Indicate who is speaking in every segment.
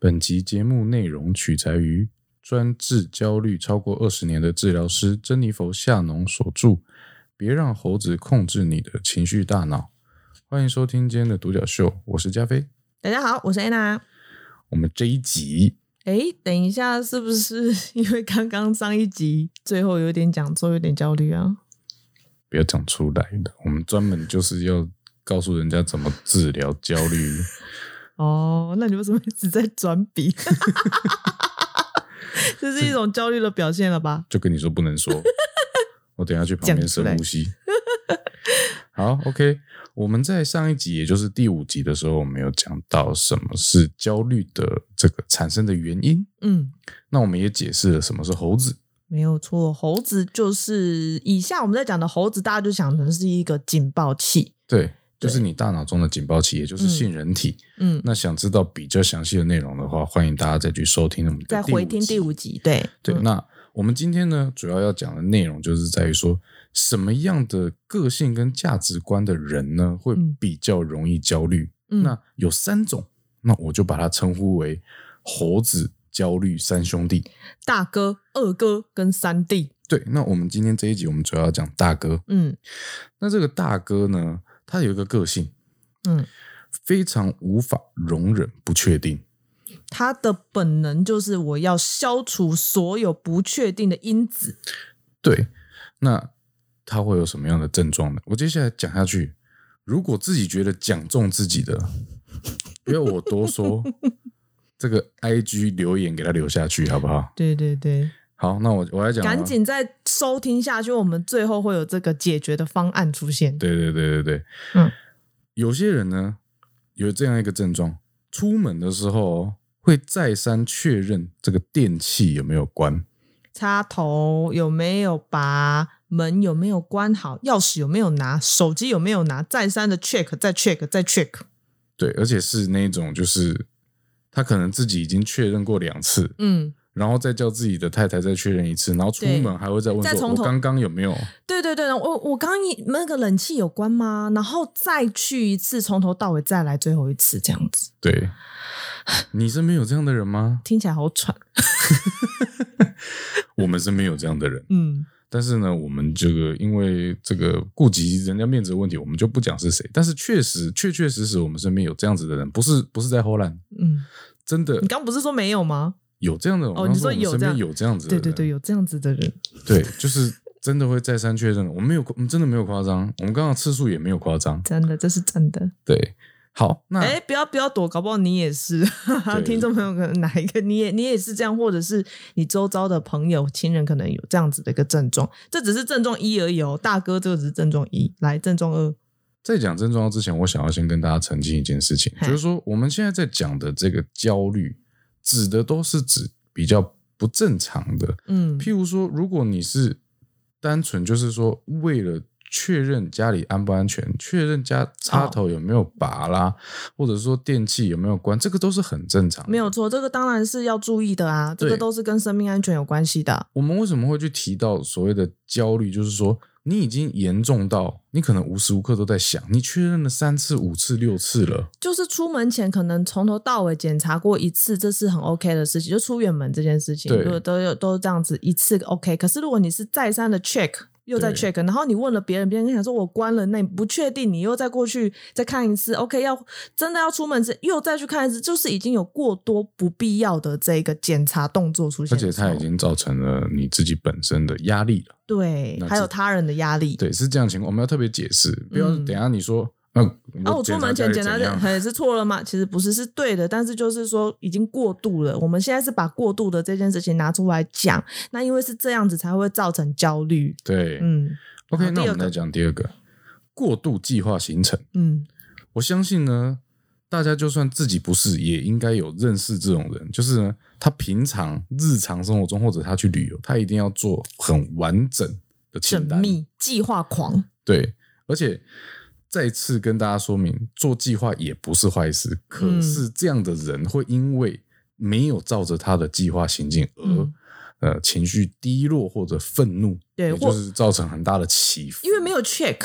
Speaker 1: 本集节目内容取材于专治焦虑超过二十年的治疗师珍妮佛·夏农所著《别让猴子控制你的情绪大脑》。欢迎收听今天的独角秀，我是加菲。
Speaker 2: 大家好，我是安娜。
Speaker 1: 我们这一集
Speaker 2: 哎，等一下，是不是因为刚刚上一集最后有点讲座，有点焦虑啊？
Speaker 1: 不要讲出来的，我们专门就是要告诉人家怎么治疗焦虑。
Speaker 2: 哦，那你为什么一直在转笔？ 这是一种焦虑的表现了吧？
Speaker 1: 就跟你说不能 说。我等一下去旁边深呼吸。好，OK。我们在上一集，也就是第五集的时候，我们有讲到什么是焦虑的这个产生的原因。
Speaker 2: 嗯，
Speaker 1: 那我们也解释了什么是猴子。
Speaker 2: 没有错，猴子就是以下我们在讲的猴子，大家就想成是一个警报器。
Speaker 1: 对，就
Speaker 2: 对
Speaker 1: 是你大脑中的警报器，也就是杏仁体。
Speaker 2: 嗯，
Speaker 1: 那想知道比较详细的内容的话，欢迎大家再去收听我们的
Speaker 2: 再回听第
Speaker 1: 集
Speaker 2: 五集，对
Speaker 1: 对，
Speaker 2: 嗯
Speaker 1: 那我们今天呢，主要要讲的内容就是在于说，什么样的个性跟价值观的人呢，会
Speaker 2: 嗯
Speaker 1: 比较容易焦虑？
Speaker 2: 嗯
Speaker 1: 那有三种，那我就把它称呼为猴子焦虑三兄弟。
Speaker 2: 大哥、二哥跟三弟，
Speaker 1: 对，那我们今天这一集，我们主要要讲大哥。
Speaker 2: 嗯
Speaker 1: 那这个大哥呢，他有一个个性，
Speaker 2: 嗯，
Speaker 1: 非常无法容忍不确定。
Speaker 2: 他的本能就是我要消除所有不确定的因子。
Speaker 1: 对，那他会有什么样的症状呢？我接下来讲下去，如果自己觉得讲中自己的，不要我多说，这个 I G 留言给他留下去，好不好？
Speaker 2: 对对对，
Speaker 1: 好，那我我来讲，啊
Speaker 2: 赶。紧再收听下去，我们最后会有这个解决的方案出现。
Speaker 1: 对对对对对，
Speaker 2: 嗯，
Speaker 1: 有些人呢有这样一个症状，出门的时候哦会再三确认这个电器有没有关。
Speaker 2: 插头有没有拔？门有没有关好？钥匙有没有拿？手机有没有拿？再三的 check，再 check，再 check。
Speaker 1: 对，而且是那种就是他可能自己已经确认过两次，
Speaker 2: 嗯，
Speaker 1: 然后再叫自己的太太再确认一次，然后出
Speaker 2: 对
Speaker 1: 门还会再问
Speaker 2: 再
Speaker 1: 说：“
Speaker 2: 从
Speaker 1: 我
Speaker 2: 头
Speaker 1: 刚刚有 没有
Speaker 2: 对对对，我我刚一那个冷气有关吗？然后再去一次，从头到尾再来最后一次，这样子？”
Speaker 1: 对，你身边有这样的人吗？
Speaker 2: 听起来好喘。
Speaker 1: 我们身边有这样的人，
Speaker 2: 嗯
Speaker 1: 但是呢，我们这个因为这个顾及人家面子的问题，我们就不讲是谁。但是确实，确确实实，我们身边有这样子的人，不是不是在后烂，
Speaker 2: 嗯，
Speaker 1: 真的
Speaker 2: 你刚不是说没有吗？
Speaker 1: 有这样的人。
Speaker 2: 哦
Speaker 1: 我刚
Speaker 2: 你说
Speaker 1: 我们
Speaker 2: 有
Speaker 1: 身
Speaker 2: 这
Speaker 1: 边
Speaker 2: 样
Speaker 1: 有这样子的
Speaker 2: 对
Speaker 1: 人，
Speaker 2: 对对，有这样子的人。
Speaker 1: 对，就是真的会再三确认。我们没有，我们真的没有夸张，我们刚刚次数也没有夸张。
Speaker 2: 真的，这是真的。
Speaker 1: 对，好，那
Speaker 2: 哎、不要不要躲，搞不好你也是。
Speaker 1: 对
Speaker 2: 听众朋友可能哪一个你也你也是这样，或者是你周遭的朋友亲人可能有这样子的一个症状，这只是症状一而已哦。大哥，这个只是症状一，来症状二，
Speaker 1: 在讲症状之前，我想要先跟大家澄清一件事情，就
Speaker 2: 嗨
Speaker 1: 是说我们现在在讲的这个焦虑，指的都是指比较不正常的。
Speaker 2: 嗯
Speaker 1: 譬如说，如果你是单纯就是说为了确认家里安不安全，确认家插
Speaker 2: 哦
Speaker 1: 头有没有拔啦，或者说电器有没有关，这个都是很正常的。
Speaker 2: 没有错，这个当然是要注意的啊，这
Speaker 1: 对
Speaker 2: 个都是跟生命安全有关系的。
Speaker 1: 我们为什么会去提到所谓的焦虑？就是说，你已经严重到你可能无时无刻都在想，你确认了三次、五次、六次了。
Speaker 2: 就是出门前可能从头到尾检查过一次，这是很 OK 的事情。就出远门这件事情，
Speaker 1: 对
Speaker 2: 如果都有都这样子一次 OK，可是如果你是再三的 check 又在
Speaker 1: 对
Speaker 2: check，然后你问了别人，别人跟你讲说我关了，那你不确定，你又再过去再看一次 OK，要真的要出门之又再去看一次，就是已经有过多不必要的这个检查动作出
Speaker 1: 而
Speaker 2: 现的时候，
Speaker 1: 且它已经造成了你自己本身的压力了。
Speaker 2: 对
Speaker 1: 那，
Speaker 2: 还有
Speaker 1: 是
Speaker 2: 他人的压力。
Speaker 1: 对，是这样的情况，我们要特别解释，不要
Speaker 2: 嗯
Speaker 1: 等一下你说，嗯、
Speaker 2: 啊，我出门前检
Speaker 1: 检查家
Speaker 2: 查
Speaker 1: 里怎
Speaker 2: 的
Speaker 1: 样
Speaker 2: 很是错了吗？其实不是，是对的，但是就是说已经过度了。我们现在是把过度的这件事情拿出来讲，那因为是这样子才会造成焦虑。
Speaker 1: 对、
Speaker 2: 嗯
Speaker 1: o k
Speaker 2: 好
Speaker 1: 那
Speaker 2: 第
Speaker 1: 我
Speaker 2: 二
Speaker 1: 们
Speaker 2: 个
Speaker 1: 来讲第二个过度计划形成。
Speaker 2: 嗯，
Speaker 1: 我相信呢，大家就算自己不是，也应该有认识这种人，就是呢，他平常日常生活中或者他去旅游，他一定要做很完整的
Speaker 2: 缜
Speaker 1: 清单，
Speaker 2: 密计划狂，
Speaker 1: 对，而且再次跟大家说明，做计划也不是坏事。可
Speaker 2: 嗯
Speaker 1: 是这样的人会因为没有照着他的计划行进而、
Speaker 2: 嗯
Speaker 1: 呃情绪低落或者愤怒，
Speaker 2: 对
Speaker 1: 也
Speaker 2: 或
Speaker 1: 就是造成很大的起伏。
Speaker 2: 因为没有 check，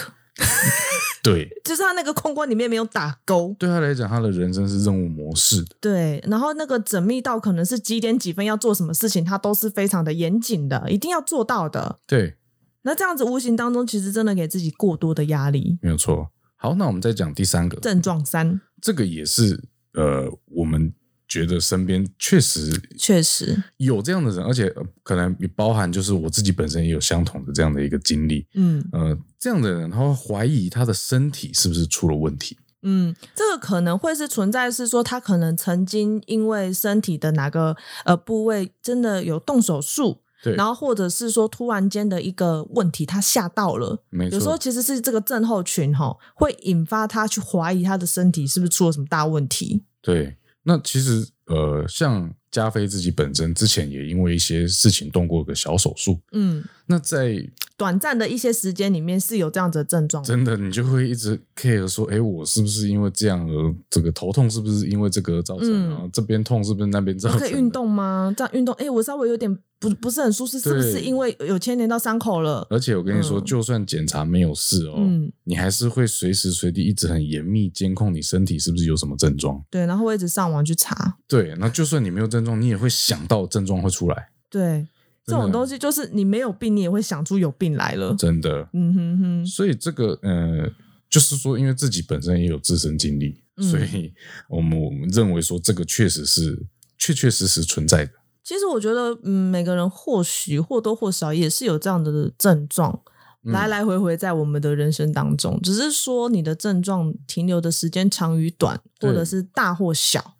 Speaker 1: 对，
Speaker 2: 就是他那个空关里面没有打勾，
Speaker 1: 对他来讲，他的人生是任务模式的。
Speaker 2: 对，然后那个缜密到可能是几点几分要做什么事情，他都是非常的严谨的，一定要做到的。
Speaker 1: 对，
Speaker 2: 那这样子无形当中，其实真的给自己过多的压力。
Speaker 1: 没有错。好，那我们再讲第三个，
Speaker 2: 症状三，
Speaker 1: 这个也是呃，我们觉得身边确实
Speaker 2: 确实，
Speaker 1: 有这样的人，而且呃可能也包含就是我自己本身也有相同的这样的一个经历。
Speaker 2: 嗯
Speaker 1: 呃，这样的人他会怀疑他的身体是不是出了问题。
Speaker 2: 嗯，这个可能会是存在，是说他可能曾经因为身体的哪个呃部位真的有动手术，
Speaker 1: 对，
Speaker 2: 然后或者是说突然间的一个问题，他吓到了。
Speaker 1: 没
Speaker 2: 有时候
Speaker 1: 错，
Speaker 2: 其实是这个症候群哈、会引发他去怀疑他的身体是不是出了什么大问题。
Speaker 1: 对。那其实呃，像加菲自己本身之前也因为一些事情动过个小手术，
Speaker 2: 嗯，
Speaker 1: 那在
Speaker 2: 短暂的一些时间里面是有这样子的症状。
Speaker 1: 真的，你就会一直 care 说，哎，我是不是因为这样而这个头痛，是不是因为这个而造成的？
Speaker 2: 嗯
Speaker 1: 然后这边痛是不是那边造
Speaker 2: 我
Speaker 1: 成
Speaker 2: 可
Speaker 1: 的？
Speaker 2: 以运动吗？这样运动，哎、我稍微有点不不是很舒适，是不是
Speaker 1: 对呃
Speaker 2: 因为有牵连到伤口了？
Speaker 1: 而且我跟你说，
Speaker 2: 嗯
Speaker 1: 就算检查没有事哦，
Speaker 2: 嗯
Speaker 1: 你还是会随时随地一直很严密监控你身体是不是有什么症状。
Speaker 2: 对，然后我一直上网去查。
Speaker 1: 对，那就算你没有症状，你也会想到症状会出来，
Speaker 2: 对，这
Speaker 1: 真的
Speaker 2: 种东西就是你没有病，你也会想出有病来了。
Speaker 1: 真的。
Speaker 2: 嗯哼哼，
Speaker 1: 所以这个呃，就是说，因为自己本身也有自身经历，
Speaker 2: 嗯
Speaker 1: 所以我们我们认为说，这个确实是确确实实存在的。
Speaker 2: 其实我觉得，嗯，每个人或许或多或少也是有这样的症状，
Speaker 1: 嗯
Speaker 2: 来来回回在我们的人生当中，只是说你的症状停留的时间长与短，
Speaker 1: 对
Speaker 2: 或者是大或小。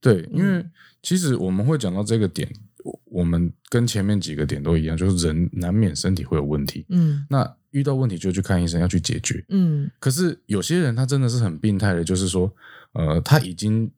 Speaker 1: 对，因为
Speaker 2: 嗯
Speaker 1: 其实我们会讲到这个点，我我们跟前面几个点都一样，就是人难免身体会有问题，
Speaker 2: 嗯
Speaker 1: 那遇到问题就去看医生，要去解决。
Speaker 2: 嗯
Speaker 1: 可是有些人他真的是很病态的，就是说，呃，他已经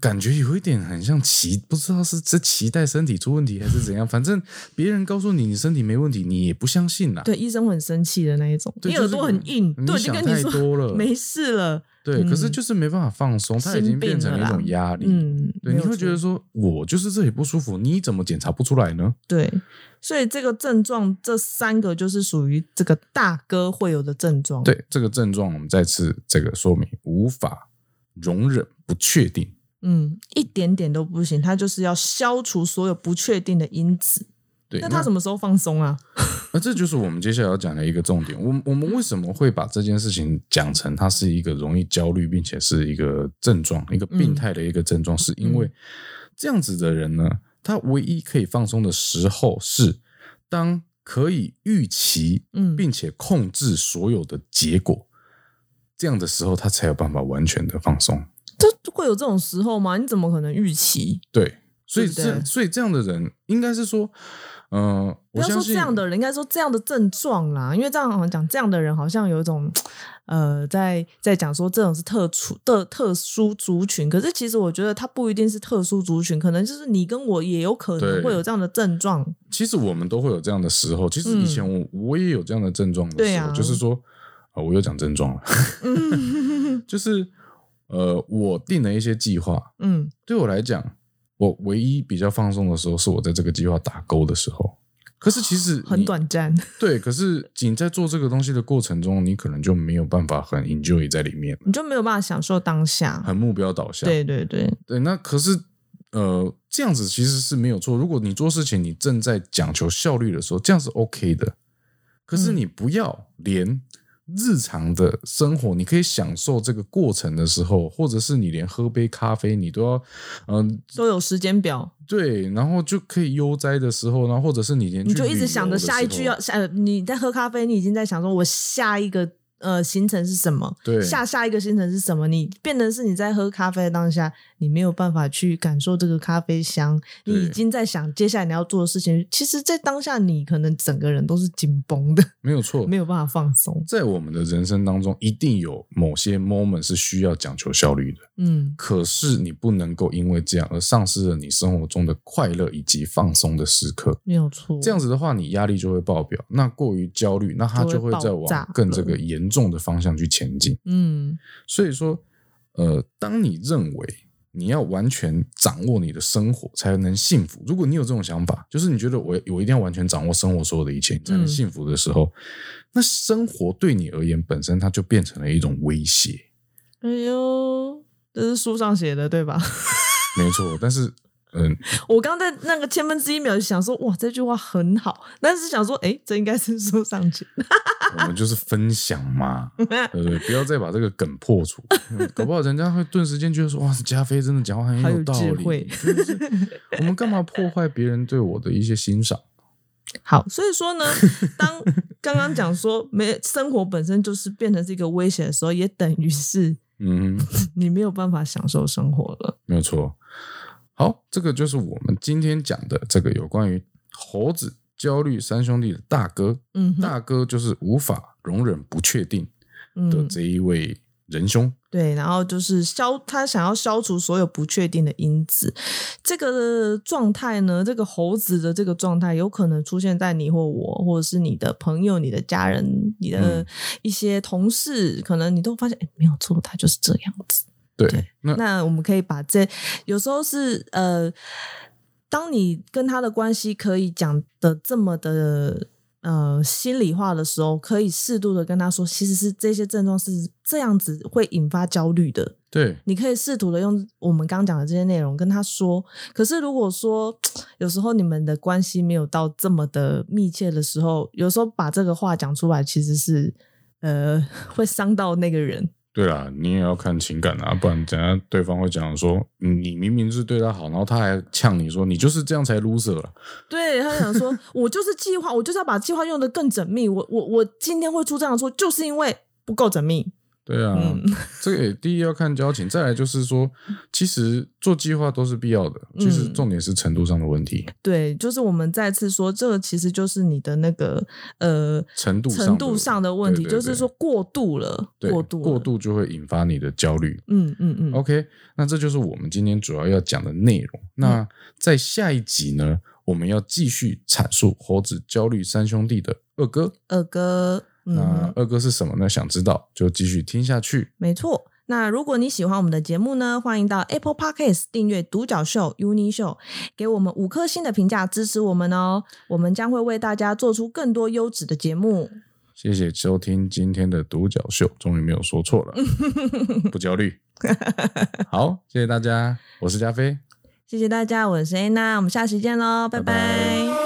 Speaker 1: 感觉有一点很像期，不知道是这期待身体出问题还是怎 样，反正别人告诉你你身体没问题，你也不相信啦。
Speaker 2: 对，医生会很生气的那一种，
Speaker 1: 对
Speaker 2: 你
Speaker 1: 就
Speaker 2: 耳
Speaker 1: 是
Speaker 2: 朵很硬，
Speaker 1: 你
Speaker 2: 都已经
Speaker 1: 想
Speaker 2: 跟
Speaker 1: 太
Speaker 2: 你说
Speaker 1: 多了，
Speaker 2: 没事了。
Speaker 1: 对，可是
Speaker 2: 嗯
Speaker 1: 就是没办法放松，他已经
Speaker 2: 心病
Speaker 1: 变成
Speaker 2: 了
Speaker 1: 了一
Speaker 2: 啦
Speaker 1: 种压力。
Speaker 2: 嗯，
Speaker 1: 对，
Speaker 2: 没
Speaker 1: 你
Speaker 2: 有
Speaker 1: 会觉得
Speaker 2: 错
Speaker 1: 说，我就是这里不舒服，你怎么检查不出来呢？
Speaker 2: 对，所以这个症状这三个就是属于这个大哥会有的症状。，
Speaker 1: 对这个症状，我们再次这个说明，无法容忍不确定。
Speaker 2: 嗯，一点点都不行，他就是要消除所有不确定的因子。
Speaker 1: 对，
Speaker 2: 那他什么时候放松啊？
Speaker 1: 那这就是我们接下来要讲的一个重点。我们我们为什么会把这件事情讲成它是一个容易焦虑，并且是一个症状，一个
Speaker 2: 嗯
Speaker 1: 病态的一个症状，是因为这样子的人呢，他唯一可以放松的时候是当可以预期，
Speaker 2: 嗯
Speaker 1: 并且控制所有的结果，这样的时候他才有办法完全的放松。
Speaker 2: 这会有这种时候吗？你怎么可能预期？
Speaker 1: 对，所以
Speaker 2: 对不
Speaker 1: 这
Speaker 2: 对
Speaker 1: 所以这样的人应该是说，呃，
Speaker 2: 不
Speaker 1: 我
Speaker 2: 要
Speaker 1: 相
Speaker 2: 说
Speaker 1: 信
Speaker 2: 这样的人，应该说这样的症状啦，因为这样好像讲这样的人好像有一种，呃，在在讲说这种是特殊的特殊族群，可是其实我觉得他不一定是特殊族群，可能就是你跟我也有可
Speaker 1: 对
Speaker 2: 能会有这样的症状。
Speaker 1: 其实我们都会有这样的时候。其实以前我、我也有这样的症状的
Speaker 2: 嗯对
Speaker 1: 时候，
Speaker 2: 啊
Speaker 1: 就是说，呃，我又讲症状了，
Speaker 2: 嗯
Speaker 1: 就是呃，我定了一些计划，
Speaker 2: 嗯，
Speaker 1: 对我来讲，我唯一比较放松的时候是我在这个计划打勾的时候。可是其实
Speaker 2: 很
Speaker 1: 你
Speaker 2: 短暂。
Speaker 1: 对，可是你在做这个东西的过程中，你可能就没有办法很 enjoy 在里面，
Speaker 2: 你就没有办法享受当下。
Speaker 1: 很目标导向。
Speaker 2: 对对对，
Speaker 1: 对，那可是呃，这样子其实是没有错。如果你做事情你正在讲求效率的时候，这样是 OK 的。可是
Speaker 2: 嗯
Speaker 1: 你不要连日常的生活，你可以享受这个过程的时候，或者是你连喝杯咖啡你都要，嗯、
Speaker 2: 都有时间表，
Speaker 1: 对，然后就可以悠哉的时候，然后或者是你连
Speaker 2: 你
Speaker 1: 去
Speaker 2: 就一
Speaker 1: 旅
Speaker 2: 直想
Speaker 1: 游
Speaker 2: 着
Speaker 1: 的
Speaker 2: 下
Speaker 1: 时
Speaker 2: 一句
Speaker 1: 候
Speaker 2: 要下，呃你在喝咖啡，你已经在想说我下一个呃行程是什么，
Speaker 1: 对
Speaker 2: 下下一个行程是什么，你变成是你在喝咖啡的当下，你没有办法去感受这个咖啡香，你
Speaker 1: 对
Speaker 2: 已经在想接下来你要做的事情。其实，在当下你可能整个人都是紧绷的，
Speaker 1: 没有错，
Speaker 2: 没有办法放松。
Speaker 1: 在我们的人生当中，一定有某些 moment 是需要讲求效率的。
Speaker 2: 嗯，
Speaker 1: 可是你不能够因为这样而丧失了你生活中的快乐以及放松的时刻。
Speaker 2: 没有错。
Speaker 1: 这样子的话，你压力就会爆表，那过于焦虑，那它就会再
Speaker 2: 就会爆炸
Speaker 1: 往更这个严重的方向去前进。
Speaker 2: 嗯
Speaker 1: 所以说，呃，当你认为你要完全掌握你的生活才能幸福。如果你有这种想法，就是你觉得我我一定要完全掌握生活所有的一切，你才能
Speaker 2: 嗯
Speaker 1: 幸福的时候，那生活对你而言本身它就变成了一种威胁。
Speaker 2: 哎呦，这是书上写的对吧？
Speaker 1: 没错，但是嗯，
Speaker 2: 我刚在那个千分之一秒就想说，哇，这句话很好，但是想说，哎，这应该是书上写的。
Speaker 1: 我们就是分享 嘛，对不对？不要再把这个梗破除，嗯搞不好人家会顿时间觉得说，哇，加菲真的讲话很
Speaker 2: 好
Speaker 1: 有
Speaker 2: 有
Speaker 1: 道
Speaker 2: 智
Speaker 1: 理。
Speaker 2: 慧
Speaker 1: 真的 是我们干嘛破坏别人对我的一些欣赏？
Speaker 2: 好，所以说呢，当刚刚讲说没生活本身就是变成是一个威胁的时候，也等于是
Speaker 1: 嗯哼，
Speaker 2: 你没有办法享受生活了。
Speaker 1: 没有错。好，这个就是我们今天讲的这个有关于猴子焦虑三兄弟的大哥，
Speaker 2: 嗯哼，
Speaker 1: 大哥就是无法容忍不确定的
Speaker 2: 嗯，
Speaker 1: 这一位仁兄。
Speaker 2: 对，然后就是消他想要消除所有不确定的因子，这个状态呢，这个猴子的这个状态有可能出现在你或我，或者是你的朋友、你的家人、你的
Speaker 1: 嗯
Speaker 2: 一些同事，可能你都发现，哎，没有错，他就是这样子。
Speaker 1: 对，
Speaker 2: 对
Speaker 1: 那
Speaker 2: 那我们可以把这有时候是呃，当你跟他的关系可以讲的这么的呃心里话的时候，可以适度的跟他说，其实是这些症状是这样子会引发焦虑的。
Speaker 1: 对，
Speaker 2: 你可以试图的用我们刚讲的这些内容跟他说。可是如果说有时候你们的关系没有到这么的密切的时候，有时候把这个话讲出来，其实是呃会伤到那个人。
Speaker 1: 对啦，你也要看情感啊，不然等下对方会讲说嗯你明明是对他好，然后他还呛你说你就是这样才 loser 啊了。
Speaker 2: 对他想说，我就是计划，我就是要把计划用的更缜密。我我我今天会出这样的错，就是因为不够缜密。
Speaker 1: 对啊，
Speaker 2: 嗯，
Speaker 1: 这个也第一要看交情，再来就是说，其实做计划都是必要的，其实
Speaker 2: 嗯
Speaker 1: 重点是程度上的问题，
Speaker 2: 对，就是我们再次说，这个其实就是你的那个呃
Speaker 1: 程度上的
Speaker 2: 程度上的问题，
Speaker 1: 对对
Speaker 2: 就是说过度了，
Speaker 1: 对
Speaker 2: 过度了
Speaker 1: 过，度就哦会引发你的焦虑。
Speaker 2: 嗯嗯嗯，
Speaker 1: OK，那这就是我们今天主要要讲的内容。
Speaker 2: 嗯
Speaker 1: 那在下一集呢，我们要继续阐述猴子焦虑三兄弟的二哥。
Speaker 2: 二哥，嗯
Speaker 1: 那
Speaker 2: 哼，
Speaker 1: 二哥是什么呢？想知道就继续听下去。
Speaker 2: 没错。那如果你喜欢我们的节目呢，欢迎到 Apple Podcast 订阅《独角秀 Uni 秀》，给我们五颗星的评价支持我们哦。我们将会为大家做出更多优质的节目。
Speaker 1: 谢谢收听今天的独角秀，终于没有说错了，不焦虑。好，谢谢大家，我是加菲。
Speaker 2: 谢谢大家，我是安娜，我们下期见喽，拜
Speaker 1: 拜
Speaker 2: 拜